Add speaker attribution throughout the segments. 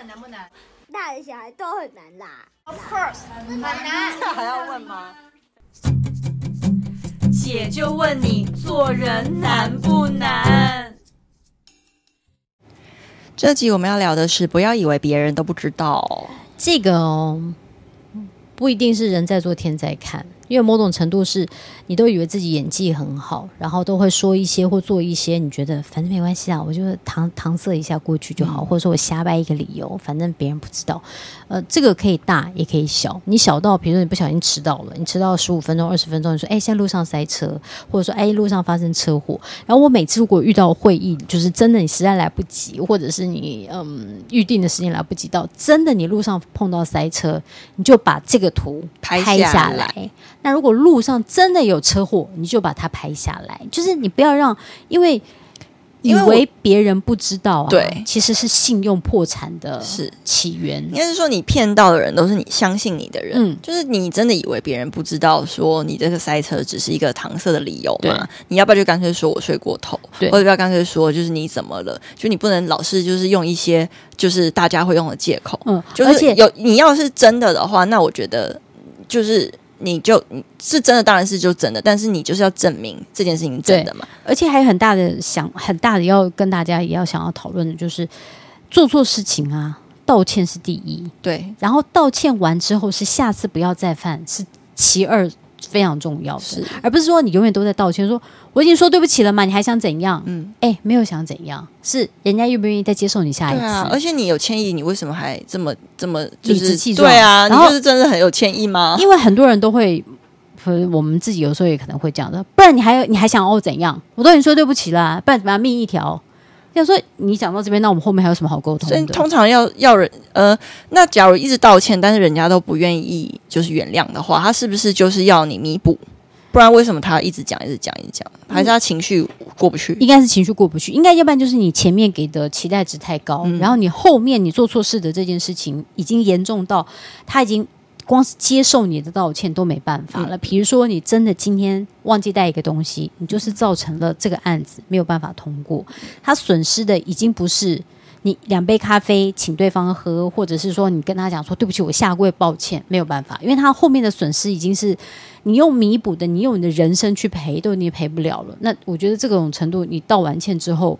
Speaker 1: 难不难
Speaker 2: 大人小孩都很难啦。
Speaker 1: ？Of course，很难。
Speaker 3: 这还要问吗？
Speaker 4: 姐就问你做人难不难？
Speaker 3: 这集我们要聊的是，不要以为别人都不知道。
Speaker 5: 这个哦，不一定是人在做天在看，因为某种程度是你都以为自己演技很好，然后都会说一些或做一些，你觉得反正没关系啊，我就是搪搪塞一下过去就好，或者说我瞎掰一个理由，反正别人不知道。呃，这个可以大也可以小，你小到比如说你不小心迟到了，你迟到十五分钟、二十分钟，你说哎现在路上塞车，或者说哎路上发生车祸，然后我每次如果遇到会议，就是真的你实在来不及，或者是你嗯预定的时间来不及到，真的你路上碰到塞车，你就把这个图
Speaker 3: 拍
Speaker 5: 下
Speaker 3: 下
Speaker 5: 那如果路上真的有车祸，你就把它拍下来，就是你不要让，因为以
Speaker 3: 因为我
Speaker 5: 为别人不知道啊，
Speaker 3: 对
Speaker 5: 其实是信用破产的
Speaker 3: 是
Speaker 5: 起源
Speaker 3: 应。该是说，你骗到的人都是你相信你的人，
Speaker 5: 嗯
Speaker 3: 就是你真的以为别人不知道，说你这个塞车只是一个搪塞的理由
Speaker 5: 对
Speaker 3: 吗？你要不要就干脆说我睡过头，
Speaker 5: 对
Speaker 3: 或者不要干脆说就是你怎么了？就你不能老是就是用一些就是大家会用的借口，
Speaker 5: 嗯，
Speaker 3: 就
Speaker 5: 而
Speaker 3: 是
Speaker 5: 且
Speaker 3: 有你要是真的的话，那我觉得就是你就你是真的，当然是就真的，但是你就是要证明这件事情是真的嘛。
Speaker 5: 而且还有很大的想很大的要跟大家也要想要讨论的就是做错事情啊，道歉是第一，
Speaker 3: 对，
Speaker 5: 然后道歉完之后是下次不要再犯，是其二非常重要的
Speaker 3: 是，
Speaker 5: 而不是说你永远都在道歉，说我已经说对不起了嘛，你还想怎样？
Speaker 3: 嗯，
Speaker 5: 哎，没有想怎样，是人家愿不愿意再接受你下一
Speaker 3: 对
Speaker 5: 次？
Speaker 3: 啊，而且你有歉意，你为什么还这么这么就
Speaker 5: 理直
Speaker 3: 是
Speaker 5: 气壮
Speaker 3: 对啊？你
Speaker 5: 然后
Speaker 3: 就是真的很有歉意吗？
Speaker 5: 因为很多人都会，不是我们自己有时候也可能会这样的，不然你还有你还想要我哦怎样？我都跟你说对不起啦，不然怎么样命一条？要说你讲到这边，那我们后面还有什么好沟通
Speaker 3: 所以
Speaker 5: 的？
Speaker 3: 通常要要人呃，那假如一直道歉，但是人家都不愿意就是原谅的话，他是不是就是要你弥补？不然为什么他一直讲一直讲一直讲？还是他情绪过不去？
Speaker 5: 应该是情绪过不去，应该要不然就是你前面给的期待值太高，
Speaker 3: 嗯
Speaker 5: 然后你后面你做错事的这件事情已经严重到他已经光是接受你的道歉都没办法
Speaker 3: 嗯
Speaker 5: 了。比如说你真的今天忘记带一个东西，你就是造成了这个案子没有办法通过，他损失的已经不是。你两杯咖啡请对方喝，或者是说你跟他讲说对不起，我下跪抱歉，没有办法，因为他后面的损失已经是你用弥补的，你用你的人生去赔，都你也赔不了了。那我觉得这种程度，你道完歉之后，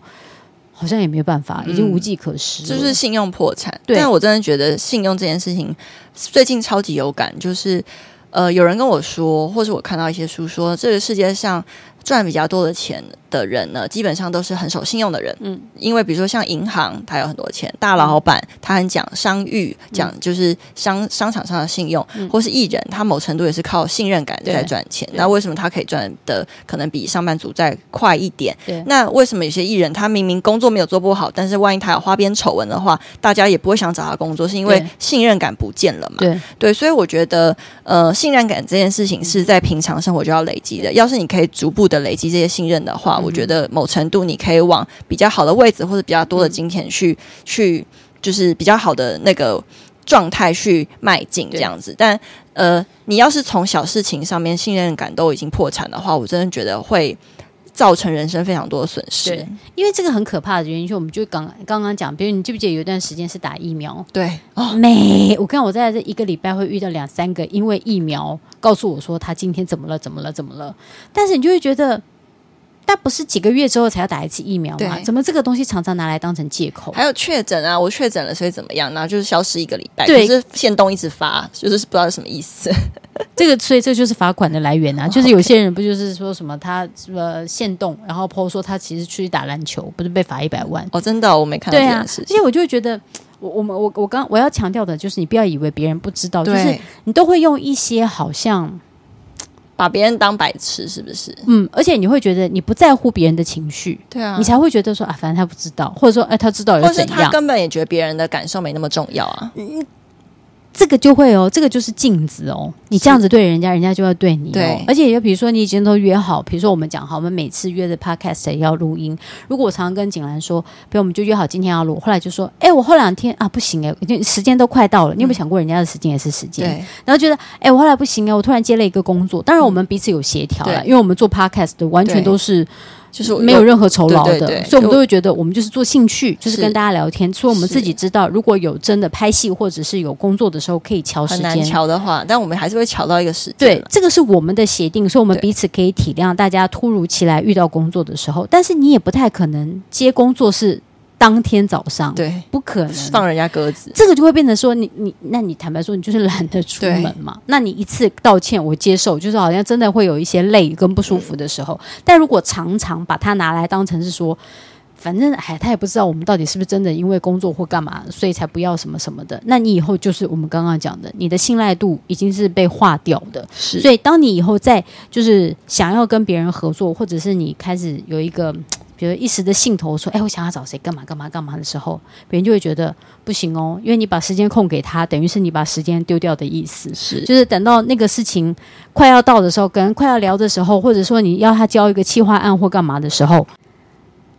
Speaker 5: 好像也没有办法，已经无计可施了、
Speaker 3: 就是信用破产。
Speaker 5: 对
Speaker 3: 但我真的觉得信用这件事情最近超级有感，就是呃，有人跟我说，或是我看到一些书说，这个世界上赚比较多的钱的人呢，基本上都是很守信用的人。嗯，因为比如说像银行，他有很多钱；大老板，他很讲商誉，
Speaker 5: 嗯
Speaker 3: 讲就是商商场上的信用，或是艺人，他某程度也是靠信任感在
Speaker 5: 对
Speaker 3: 赚钱。那为什么他可以赚的可能比上班族再快一点？
Speaker 5: 对
Speaker 3: 那为什么有些艺人他明明工作没有做不好，但是万一他有花边丑闻的话，大家也不会想找他工作，是因为
Speaker 5: 对
Speaker 3: 信任感不见了嘛？
Speaker 5: 对
Speaker 3: 对，所以我觉得，呃，信任感这件事情是在平常生活就要累积的。要是你可以逐步的累积这些信任的话，我
Speaker 5: 嗯
Speaker 3: 觉得某程度你可以往比较好的位置或者比较多的金钱去、
Speaker 5: 嗯
Speaker 3: 去，就是比较好的那个状态去迈进这样子。但呃，你要是从小事情上面信任感都已经破产的话，我真的觉得会造成人生非常多的损失
Speaker 5: 对。因为这个很可怕的原因，就我们就刚刚刚讲，比如你记不记得有一段时间是打疫苗，
Speaker 3: 对，哦，
Speaker 5: 每我看我在这一个礼拜会遇到两三个，因为疫苗告诉我说他今天怎么了，怎么了，怎么了，但是你就会觉得。但不是几个月之后才要打一次疫苗嘛？
Speaker 3: 对
Speaker 5: 怎么这个东西常常拿来当成借口？
Speaker 3: 还有确诊啊，我确诊了，所以怎么样？然后就是消失一个礼拜，可
Speaker 5: 对
Speaker 3: 是限动一直发，就是不知道是什么意思。
Speaker 5: 这个，所以这就是罚款的来
Speaker 3: 哦
Speaker 5: 源啊！就是有些人不就是说什么他呃限动，然后 PO 说他其实出去打篮球，不是被罚一百万？
Speaker 3: 哦，真的哦、我没看到
Speaker 5: 对
Speaker 3: 这
Speaker 5: 啊
Speaker 3: 件，事
Speaker 5: 而
Speaker 3: 情。
Speaker 5: 且我就会觉得，我我们我我刚我要强调的就是，你不要以为别人不知道，就是
Speaker 3: 对，
Speaker 5: 你都会用一些好像
Speaker 3: 把别人当白痴是不是？
Speaker 5: 嗯，而且你会觉得你不在乎别人的情绪，
Speaker 3: 对啊
Speaker 5: 你才会觉得说啊，反正他不知道，或者说哎、他知道
Speaker 3: 或
Speaker 5: 又
Speaker 3: 是
Speaker 5: 怎
Speaker 3: 他
Speaker 5: 样？
Speaker 3: 根本也觉得别人的感受没那么重要啊。
Speaker 5: 这个就会哦，这个就是镜子哦。你这样子对人家，人家就要对你、哦。
Speaker 3: 对
Speaker 5: 而且也比如说你已经都约好，比如说我们讲好，我们每次约的 podcast 也要录音。如果我常常跟景兰说，比如我们就约好今天要录，后来就说，哎，我后两天啊不行哎，因为时间都快到了，你有没有想过人家的时间也是时
Speaker 3: 嗯
Speaker 5: 间？
Speaker 3: 对，
Speaker 5: 然后觉得，哎、我后来不行啊，我突然接了一个工作。当然，我们彼此有协调了，
Speaker 3: 对
Speaker 5: 因为我们做 podcast 的完全
Speaker 3: 对
Speaker 5: 都是
Speaker 3: 就是我
Speaker 5: 没有任何酬劳的，
Speaker 3: 对对对
Speaker 5: 所以我们
Speaker 3: 就
Speaker 5: 都会觉得我们就是做兴趣，就是
Speaker 3: 是
Speaker 5: 跟大家聊天。除了我们自己知道，如果有真的拍戏或者是有工作的时候，可以调时
Speaker 3: 很难
Speaker 5: 间。
Speaker 3: 瞧的话，但我们还是会瞧到一个时间
Speaker 5: 对
Speaker 3: 啦，，
Speaker 5: 这个是我们的协定，所以我们
Speaker 3: 对
Speaker 5: 彼此可以体谅大家突如其来遇到工作的时候，但是你也不太可能接工作是当天早上，，
Speaker 3: 对，
Speaker 5: 不可能
Speaker 3: 放人家鸽子，
Speaker 5: 这个就会变成说你你那你坦白说你就是懒得出门嘛，那你一次道歉我接受，就是好像真的会有一些累跟不舒服的时候，但如果常常把它拿来当成是说，反正哎他也不知道我们到底是不是真的因为工作或干嘛，所以才不要什么什么的，那你以后就是我们刚刚讲的，你的信赖度已经是被化掉的，
Speaker 3: 是
Speaker 5: 所以当你以后再就是想要跟别人合作，或者是你开始有一个。比如一时的兴头说，哎，我想要找谁干嘛干嘛干嘛的时候，别人就会觉得不行哦，因为你把时间空给他，等于是你把时间丢掉的意思。
Speaker 3: 是
Speaker 5: 就是等到那个事情快要到的时候，跟快要聊的时候，或者说你要他交一个企划案或干嘛的时候，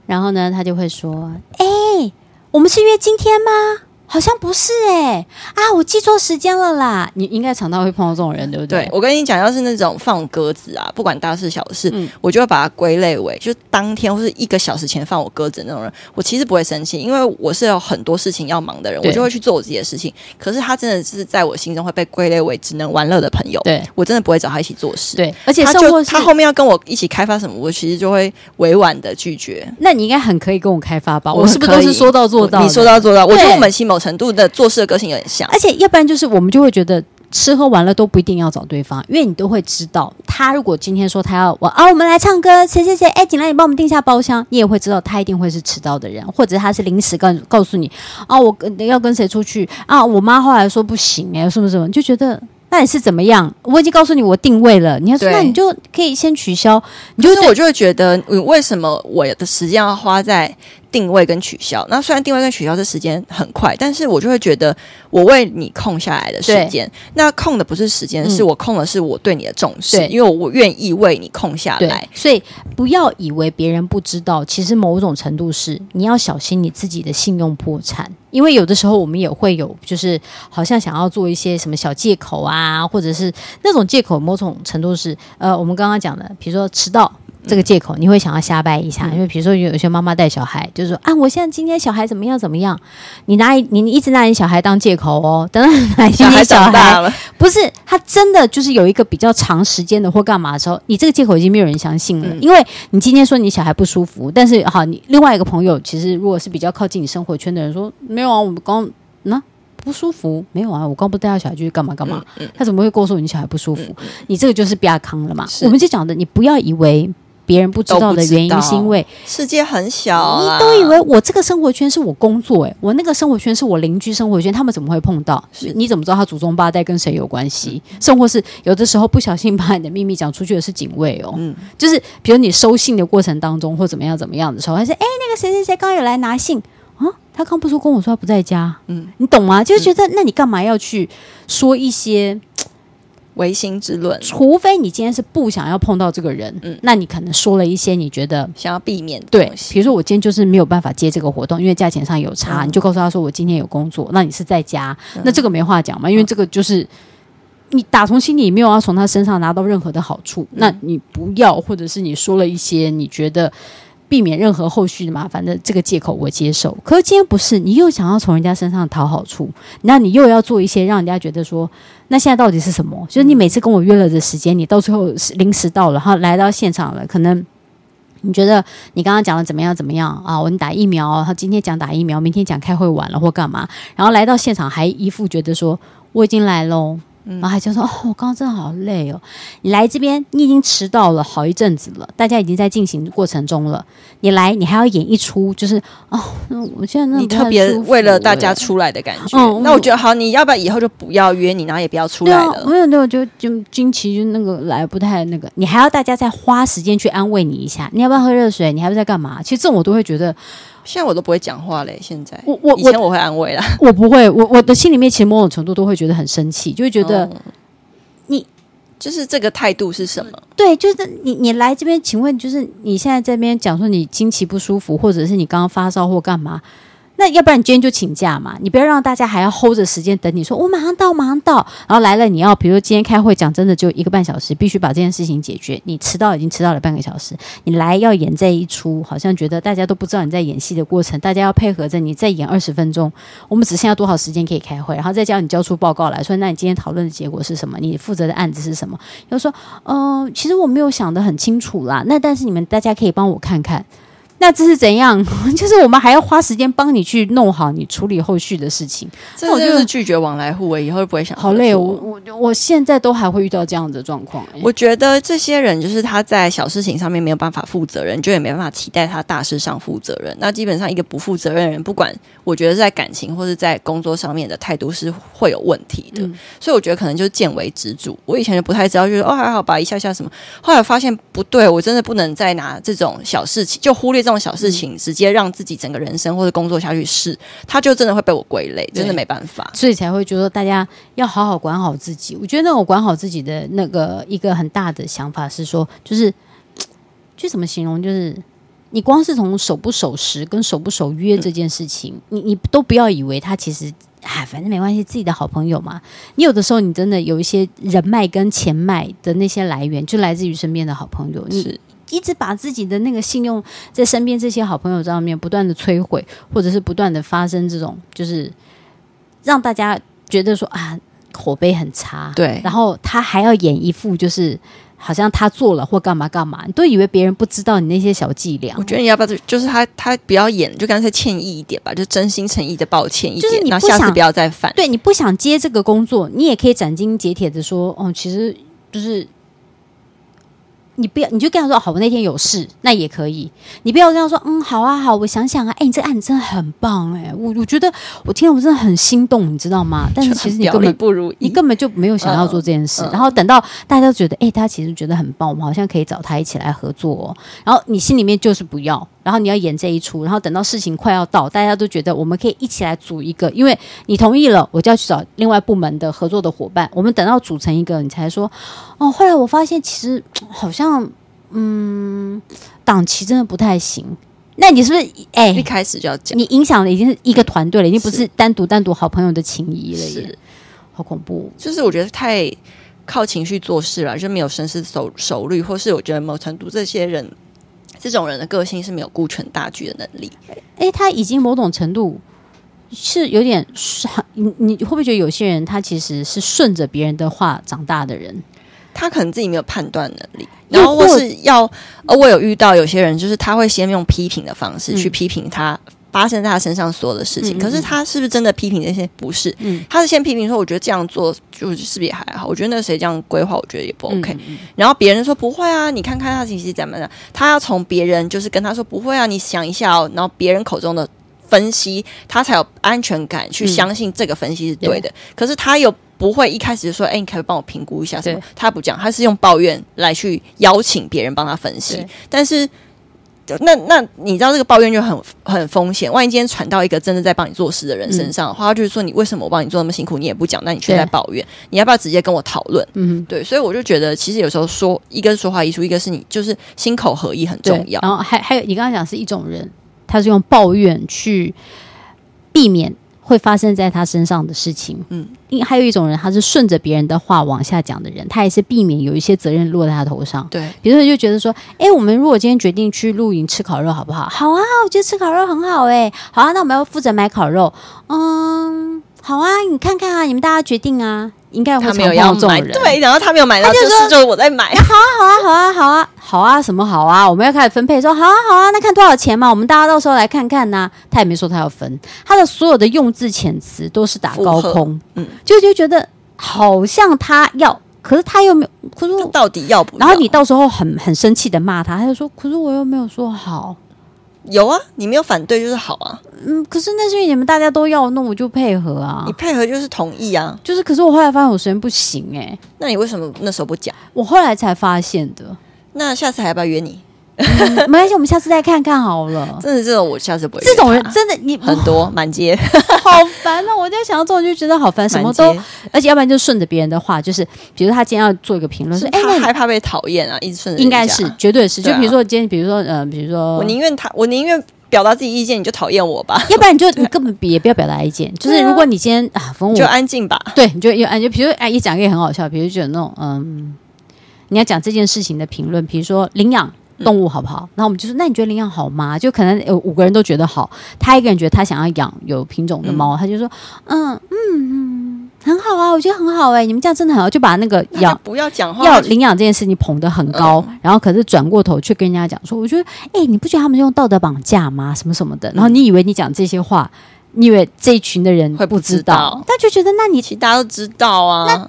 Speaker 5: 然后呢，他就会说：“哎、我们是约今天吗？好像不是哎、啊，我记错时间了啦。”你应该常常会碰到这种人，对不
Speaker 3: 对我跟你讲，要是那种放鸽子啊，不管大事小事，
Speaker 5: 嗯
Speaker 3: 我就会把它归类为，就是当天或是一个小时前放我鸽子的那种人，我其实不会生气，因为我是有很多事情要忙的人，
Speaker 5: 对
Speaker 3: 我就会去做我自己的事情。可是他真的是在我心中会被归类为只能玩乐的朋友，
Speaker 5: 对
Speaker 3: 我真的不会找他一起做事。，
Speaker 5: 对，而且
Speaker 3: 他
Speaker 5: 甚或
Speaker 3: 就是他后面要跟我一起开发什么，我其实就会委婉的拒绝。
Speaker 5: 那你应该很可以跟我开发吧？
Speaker 3: 我
Speaker 5: 我是不是都
Speaker 3: 可
Speaker 5: 是
Speaker 3: 以
Speaker 5: 说到做到的？
Speaker 3: 你说到做到，我觉得
Speaker 5: 对哎
Speaker 3: 我们其实某程度的做事的个性有点像。
Speaker 5: 而且要不然就是我们就会觉得吃喝玩乐都不一定要找对方，因为你都会知道，他如果今天说他要我啊，我们来唱歌，谁谁谁，哎，景兰你帮我们订下包厢，你也会知道他一定会是迟到的人，或者他是临时告告诉你啊，我跟要跟谁出去啊，我妈后来说不行哎、什么什么，你就觉得。那你是怎么样？我已经告诉你我定位了，你要说
Speaker 3: 对
Speaker 5: 那你就可以先取消，你就
Speaker 3: 就是
Speaker 5: 对
Speaker 3: 我就会觉得，嗯，为什么我的时间要花在定位跟取消？那虽然定位跟取消这时间很快，但是我就会觉得我为你空下来的时间，那空的不是时间，
Speaker 5: 嗯
Speaker 3: 是我空的是我对你的重视
Speaker 5: 对，
Speaker 3: 因为我愿意为你空下
Speaker 5: 对
Speaker 3: 来，。
Speaker 5: 所以不要以为别人不知道，其实某种程度是你要小心你自己的信用破产，因为有的时候我们也会有，就是好像想要做一些什么小借口啊，或者是那种借口，某种程度是呃，我们刚刚讲的，比如说迟
Speaker 3: 嗯
Speaker 5: 到。这个借口你会想要瞎掰一下，因为比如说有有些妈妈带小孩，就是说啊，我现在今天小孩怎么样怎么样，你拿你你一直拿你小孩当借口哦，等到哪一
Speaker 3: 小
Speaker 5: 天你
Speaker 3: 孩
Speaker 5: 小
Speaker 3: 长
Speaker 5: 孩
Speaker 3: 大了，
Speaker 5: 不是，他真的就是有一个比较长时间的或干嘛的时候，你这个借口已经没有人相信了，
Speaker 3: 嗯
Speaker 5: 因为你今天说你小孩不舒服，但是好，你另外一个朋友其实如果是比较靠近你生活圈的人说，没有啊，我们刚那、不舒服，没有啊，我刚不带他小孩去干嘛干嘛，
Speaker 3: 嗯
Speaker 5: 他怎么会告诉你小孩不舒服？你这个就是不要康了嘛。
Speaker 3: 是
Speaker 5: 我们就讲的，你不要以为别人不知
Speaker 3: 都
Speaker 5: 道
Speaker 3: 不
Speaker 5: 的
Speaker 3: 知
Speaker 5: 原因
Speaker 3: 道
Speaker 5: 是因为
Speaker 3: 世界很小啦
Speaker 5: 你都以为我这个生活圈是我工作、欸，我那个生活圈是我邻居生活圈，他们怎么会碰到？你怎么知道他祖宗八代跟谁有关系？甚或是有的时候不小心把你的秘密讲出去的是警卫哦，
Speaker 3: 嗯
Speaker 5: 就是比如你收信的过程当中或怎么样怎么样的时候，他说：“哎、那个谁谁谁刚刚有来拿信啊，他刚不是跟我说他不在家，
Speaker 3: 嗯
Speaker 5: 你懂吗？就是觉得、那你干嘛要去说一些？
Speaker 3: 唯心之论，
Speaker 5: 除非你今天是不想要碰到这个人，
Speaker 3: 嗯
Speaker 5: 那你可能说了一些你觉得
Speaker 3: 想要避免的
Speaker 5: 对
Speaker 3: 东，西
Speaker 5: 比如说我今天就是没有办法接这个活动，因为价钱上有差，
Speaker 3: 嗯
Speaker 5: 你就告诉他说我今天有工作，那你是在家，那这个没话讲嘛，
Speaker 3: 嗯
Speaker 5: 因为这个就是你打从心里没有要从他身上拿到任何的好处，
Speaker 3: 嗯
Speaker 5: 那你不要，或者是你说了一些你觉得。避免任何后续的麻烦的这个借口我接受，可是今天不是，你又想要从人家身上讨好处，那你又要做一些让人家觉得说，那现在到底是什么？就是你每次跟我约了的时间，你到最后是临时到了，然后来到现场了，可能你觉得你刚刚讲的怎么样怎么样啊？我们打疫苗，他今天讲打疫苗，明天讲开会晚了或干嘛，然后来到现场还一副觉得说我已经来喽。
Speaker 3: 嗯
Speaker 5: 然后还就说：“哦，我刚刚真的好累哦，你来这边，你已经迟到了好一阵子了，大家已经在进行过程中了。你来，你还要演一出，就是哦，我现在真的
Speaker 3: 你
Speaker 5: 不太
Speaker 3: 特别
Speaker 5: 舒服
Speaker 3: 为了大
Speaker 5: 哎
Speaker 3: 家出来的感觉，
Speaker 5: 嗯
Speaker 3: 那我觉得好，你要不要以后就不要约你，然后也不要出
Speaker 5: 对
Speaker 3: 来
Speaker 5: 啊，
Speaker 3: 了？
Speaker 5: 没有对，我就就惊奇，就那个来不太那个，你还要大家再花时间去安慰你一下，你要不要喝热水？你还不在干嘛？其实这种我都会觉得，
Speaker 3: 现在我都不会讲话嘞，现在
Speaker 5: 我我
Speaker 3: 以前
Speaker 5: 我
Speaker 3: 我会安慰啦，
Speaker 5: 我不会，我我的心里面其实某种程度都会觉得很生气，就会觉得、
Speaker 3: 嗯
Speaker 5: 你
Speaker 3: 就是这个态度是什么？
Speaker 5: 对，就是你你来这边，请问就是你现在这边讲说你经期不舒服，或者是你刚刚发烧或干嘛？那那要不然你今天就请假嘛，你不要让大家还要 hold 着时间等你说我马上到，马上到，然后来了你要，比如说今天开会，讲真的就一个半小时，必须把这件事情解决。你迟到已经迟到了半个小时，你来要演这一出，好像觉得大家都不知道你在演戏的过程，大家要配合着你再演二十分钟，我们只剩下多少时间可以开会，然后再叫你交出报告来说，那你今天讨论的结果是什么？你负责的案子是什么？又说，呃，其实我没有想得很清楚啦，那但是你们大家可以帮我看看。那这是怎样？ 就是我们还要花时间帮你去弄好你处理后续的事情，
Speaker 3: 这就是拒绝往来互为，以后不会想
Speaker 5: 好
Speaker 3: 合
Speaker 5: 累哦。
Speaker 3: 作
Speaker 5: 我我我现在都还会遇到这样的状况、欸。
Speaker 3: 我觉得这些人就是他在小事情上面没有办法负责任，就也没办法期待他大事上负责任。那基本上一个不负责任的人，不管我觉得在感情或是在工作上面的态度是会有问题的。
Speaker 5: 嗯
Speaker 3: 所以我觉得可能就是见微知著。我以前就不太知道，就是哦还好吧，一下下什么。后来我发现不对，我真的不能再拿这种小事情就忽略这种小事
Speaker 5: 嗯
Speaker 3: 情，直接让自己整个人生或者工作下去试，他就真的会被我归类，真的
Speaker 5: 对
Speaker 3: 没办法。
Speaker 5: 所以才会觉得大家要好好管好自己。我觉得那我管好自己的那个一个很大的想法是说，就是就怎么形容，就是你光是从守不守时跟守不守约这件事情，你你都不要以为他其实。哎，反正没关系，自己的好朋友嘛。你有的时候，你真的有一些人脉跟钱脉的那些来源，就来自于身边的好朋友。你
Speaker 3: 是
Speaker 5: 一直把自己的那个信用在身边这些好朋友上面不断的摧毁，或者是不断的发生这种，就是让大家觉得说啊，口碑很差，
Speaker 3: 对
Speaker 5: 然后他还要演一副就是好像他做了或干嘛干嘛，你都以为别人不知道你那些小伎俩
Speaker 3: 我。觉得你要不要就就是他他不要演，就干脆歉意一点吧，就真心诚意的抱歉一点，
Speaker 5: 就是你
Speaker 3: 然
Speaker 5: 不
Speaker 3: 后下次
Speaker 5: 想
Speaker 3: 不要再犯。
Speaker 5: 对你不想接这个工作，你也可以斩钉截铁的说，哦，其实就是你不要，你就跟他说，好，我那天有事，那也可以。你不要跟他说，嗯，好啊，好，我想想啊，哎、你这个案子真的很棒、哎，我我觉得我听了我真的很心动，你知道吗？但是其实你
Speaker 3: 表
Speaker 5: 根
Speaker 3: 里
Speaker 5: 本
Speaker 3: 不如意，
Speaker 5: 你根本就没有想要做这件事。
Speaker 3: 嗯嗯
Speaker 5: 然后等到大家都觉得，哎、他其实觉得很棒，我们好像可以找他一起来合作哦。然后你心里面就是不要，然后你要演这一出，然后等到事情快要到，大家都觉得我们可以一起来组一个，因为你同意了，我就要去找另外部门的合作的伙伴。我们等到组成一个，你才说，哦，后来我发现其实好像，嗯，档期真的不太行。那你是不是哎？
Speaker 3: 一开始就要讲。
Speaker 5: 你影响的已经是一个团队了，已经不是单独单独好朋友的情谊了耶
Speaker 3: 是，，
Speaker 5: 好恐怖哦！
Speaker 3: 就是我觉得太靠情绪做事了，就没有深思熟熟虑，或是我觉得某程度这些人这种人的个性是没有顾全大局的能力。
Speaker 5: 诶，他已经某种程度是有点顺，你你会不会觉得有些人他其实是顺着别人的话长大的人？
Speaker 3: 他可能自己没有判断能力，
Speaker 5: 又
Speaker 3: 然后或
Speaker 5: 或
Speaker 3: 是要呃，我有遇到有些人，就是他会先用批评的方式去批评他。发生在他身上所有的事情，
Speaker 5: 嗯嗯嗯
Speaker 3: 可是他是不是真的批评这些？不是，
Speaker 5: 嗯
Speaker 3: 他是先批评说，我觉得这样做就是是不是也还好？我觉得那谁这样规划，我觉得也不 OK、
Speaker 5: 嗯嗯
Speaker 3: 然后别人说不会啊，你看看他其实怎么样？他要从别人就是跟他说不会啊，你想一下哦，然后别人口中的分析，他才有安全感去
Speaker 5: 嗯
Speaker 3: 相信这个分析是对的。可是他又不会一开始就说，哎、你可不可以帮我评估一下什么
Speaker 5: 对？
Speaker 3: 他不讲，他是用抱怨来去邀请别人帮他分析
Speaker 5: 对，
Speaker 3: 但是。那那你知道这个抱怨就很很风险，万一今天传到一个真的在帮你做事的人身上的话，他就是说你为什么我帮你做那么辛苦，你也不讲，那你却
Speaker 5: 对
Speaker 3: 在抱怨，你要不要直接跟我讨论？
Speaker 5: 嗯，
Speaker 3: 对，所以我就觉得，其实有时候说一个是说话艺术，一个是你就是心口合一很重
Speaker 5: 对。
Speaker 3: 要
Speaker 5: 然。后还还有你刚刚讲是一种人，他是用抱怨去避免会发生在他身上的事情。
Speaker 3: 嗯，
Speaker 5: 因还有一种人，他是顺着别人的话往下讲的人，他也是避免有一些责任落在他头上。
Speaker 3: 对，
Speaker 5: 比如说就觉得说，哎，我们如果今天决定去露营吃烤肉，好不好？好啊，我觉得吃烤肉很好哎、好啊，那我们要负责买烤肉。嗯，好啊，你看看啊，你们大家决定啊，应该会
Speaker 3: 他
Speaker 5: 常
Speaker 3: 没有
Speaker 5: 碰
Speaker 3: 要
Speaker 5: 到这种
Speaker 3: 买，
Speaker 5: 人。
Speaker 3: 对，然后他没有买到，就是就是我在买，
Speaker 5: 好啊，好啊，好啊，好啊，什么好啊？我们要开始分配，说好啊，好啊，那看多少钱嘛？我们大家到时候来看看呐、他也没说他要分，他的所有的用字遣词都是打高
Speaker 3: 附
Speaker 5: 空，
Speaker 3: 嗯
Speaker 5: 就就觉得好像他要，可是他又没有，可是我
Speaker 3: 到底要不要？
Speaker 5: 然后你到时候很很生气的骂他，他就说：“可是我又没有说好，
Speaker 3: 有啊，你没有反对就是好啊，
Speaker 5: 嗯，可是那是因为你们大家都要弄，我就配合啊
Speaker 3: 你。配合就是同意啊，
Speaker 5: 就是，可是我后来发现我时间不行哎、
Speaker 3: 那你为什么那时候不讲？
Speaker 5: 我后来才发现 的。
Speaker 3: 那下次还要不要约你？
Speaker 5: 嗯没关系，我们下次再看看好了。
Speaker 3: 真的这种我下次不会约
Speaker 5: 啊这种人
Speaker 3: 他
Speaker 5: 真的你
Speaker 3: 很多，满街，
Speaker 5: 好烦啊！我在想到这种就觉得好烦， 什么都
Speaker 3: 满，街
Speaker 5: 而且要不然就顺着别人的话，就是比如他今天要做一个评论，说
Speaker 3: 是
Speaker 5: 哎，
Speaker 3: 嗯
Speaker 5: 那
Speaker 3: 他
Speaker 5: 你
Speaker 3: 害怕被讨厌啊，一直顺着人
Speaker 5: 应该
Speaker 3: 家
Speaker 5: 是绝对是，就
Speaker 3: 对啊
Speaker 5: 比如说今天，比如说呃，比如说
Speaker 3: 我宁愿他，我宁愿表达自己意见，你就讨厌我 吧，
Speaker 5: 要 不然你就你根本也不要表达意见。就是如果你今天啊，反正
Speaker 3: 你就
Speaker 5: 我
Speaker 3: 安静吧。
Speaker 5: 对，你就有哎，就比如哎，一讲一个很好笑，比如就有那种嗯，你要讲这件事情的评论，比如说领养。动物好不好？那我们就说，那你觉得领养好吗？就可能有五个人都觉得好，他一个人觉得他想要养有品种的猫，他就说，嗯嗯嗯，很好啊，我觉得很好哎、你们这样真的很好，就把那个
Speaker 3: 那 就
Speaker 5: 养
Speaker 3: 不要讲话，
Speaker 5: 要领养这件事情捧得很高，然后可是转过头去跟人家讲说，我觉得，哎、你不觉得他们用道德绑架吗？什么什么的，然后你以为你讲这些话，你以为这一群的人
Speaker 3: 会不
Speaker 5: 不知
Speaker 3: 知道
Speaker 5: 他就觉得那你
Speaker 3: 其实大家都知道啊。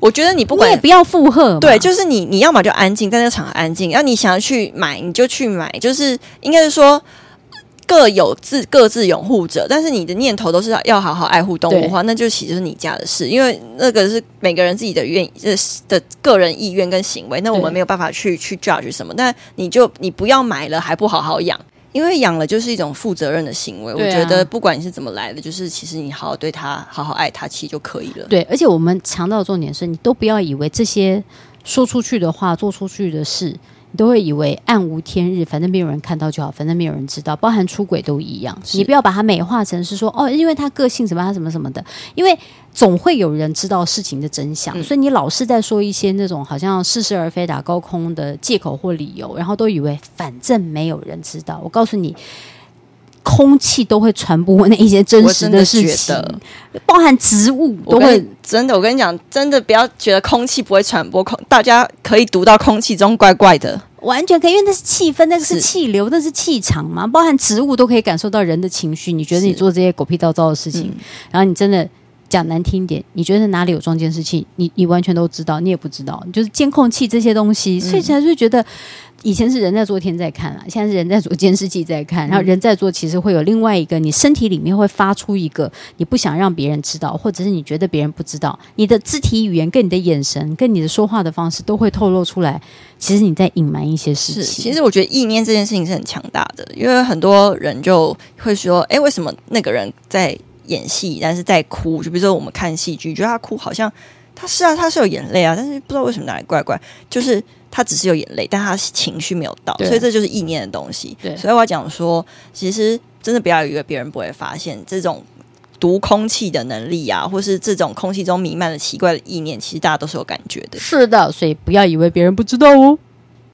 Speaker 3: 我觉得你不
Speaker 5: 你也
Speaker 3: 管
Speaker 5: 不要附和嘛，
Speaker 3: 对，就是你你要么就安静，在那个场合安静；，然后你想要去买，你就去买。就是应该是说各有自各自拥护者，但是你的念头都是要要好好爱护动物的话，那就其实是你家的事，因为那个是每个人自己的愿呃的个人意愿跟行为，那我们
Speaker 5: 对
Speaker 3: 没有办法去去 judge 什么。但你就你不要买了，还不好好养。因为养了就是一种负责任的行为，我
Speaker 5: 对啊
Speaker 3: 觉得不管你是怎么来的，就是其实你好好对它，好好爱它，其实就可以了。
Speaker 5: 对，而且我们强调的重点是你都不要以为这些说出去的话、做出去的事，你都会以为暗无天日，反正没有人看到就好，反正没有人知道，包含出轨都一样。
Speaker 3: 是
Speaker 5: 你不要把它美化成是说哦，因为他个性什么，他什么什么的，因为总会有人知道事情的真相，
Speaker 3: 嗯
Speaker 5: 所以你老是在说一些那种好像似是而非、打高空的借口或理由，然后都以为反正没有人知道。我告诉你。空气都会传播那一些真
Speaker 3: 我
Speaker 5: 实
Speaker 3: 真的
Speaker 5: 事
Speaker 3: 觉
Speaker 5: 情
Speaker 3: 得，
Speaker 5: 包含植物
Speaker 3: 我
Speaker 5: 都
Speaker 3: 跟
Speaker 5: 会
Speaker 3: 你真的，我跟你讲，真的不要觉得空气不会传播空，大家可以读到空气中怪怪的。
Speaker 5: 完全可以，因为那是气氛，那个是
Speaker 3: 是
Speaker 5: 气流，那是气场嘛，包含植物都可以感受到人的情绪。你觉得
Speaker 3: 是
Speaker 5: 你做这些狗屁倒灶的事情，然后你真的讲难听一点，你觉得哪里有装监视器，你你完全都知道，你也不知道，就是监控器这些东
Speaker 3: 嗯
Speaker 5: 西，所以才会觉得。以前是人在做天在看啦，现在是人在做监视器在
Speaker 3: 嗯
Speaker 5: 看，然后人在做其实会有另外一个，你身体里面会发出一个你不想让别人知道，或者是你觉得别人不知道，你的肢体语言跟你的眼神跟你的说话的方式都会透露出来，其实你在隐瞒一些事情。
Speaker 3: 是，其实我觉得意念这件事情是很强大的，因为很多人就会说，哎，为什么那个人在演戏，但是在哭？就比如说我们看戏剧，觉得他哭好像他是啊，他是有眼泪啊，但是不知道为什么哪里怪怪，就是他只是有眼泪，但他情绪没有到，
Speaker 5: 对
Speaker 3: 所以这就是意念的东西。
Speaker 5: 对
Speaker 3: 所以我要讲说，其实真的不要以为别人不会发现这种。读空气的能力啊，或是这种空气中弥漫的奇怪的意念，其实大家都是有感觉的。
Speaker 5: 是的，所以不要以为别人不知道哦。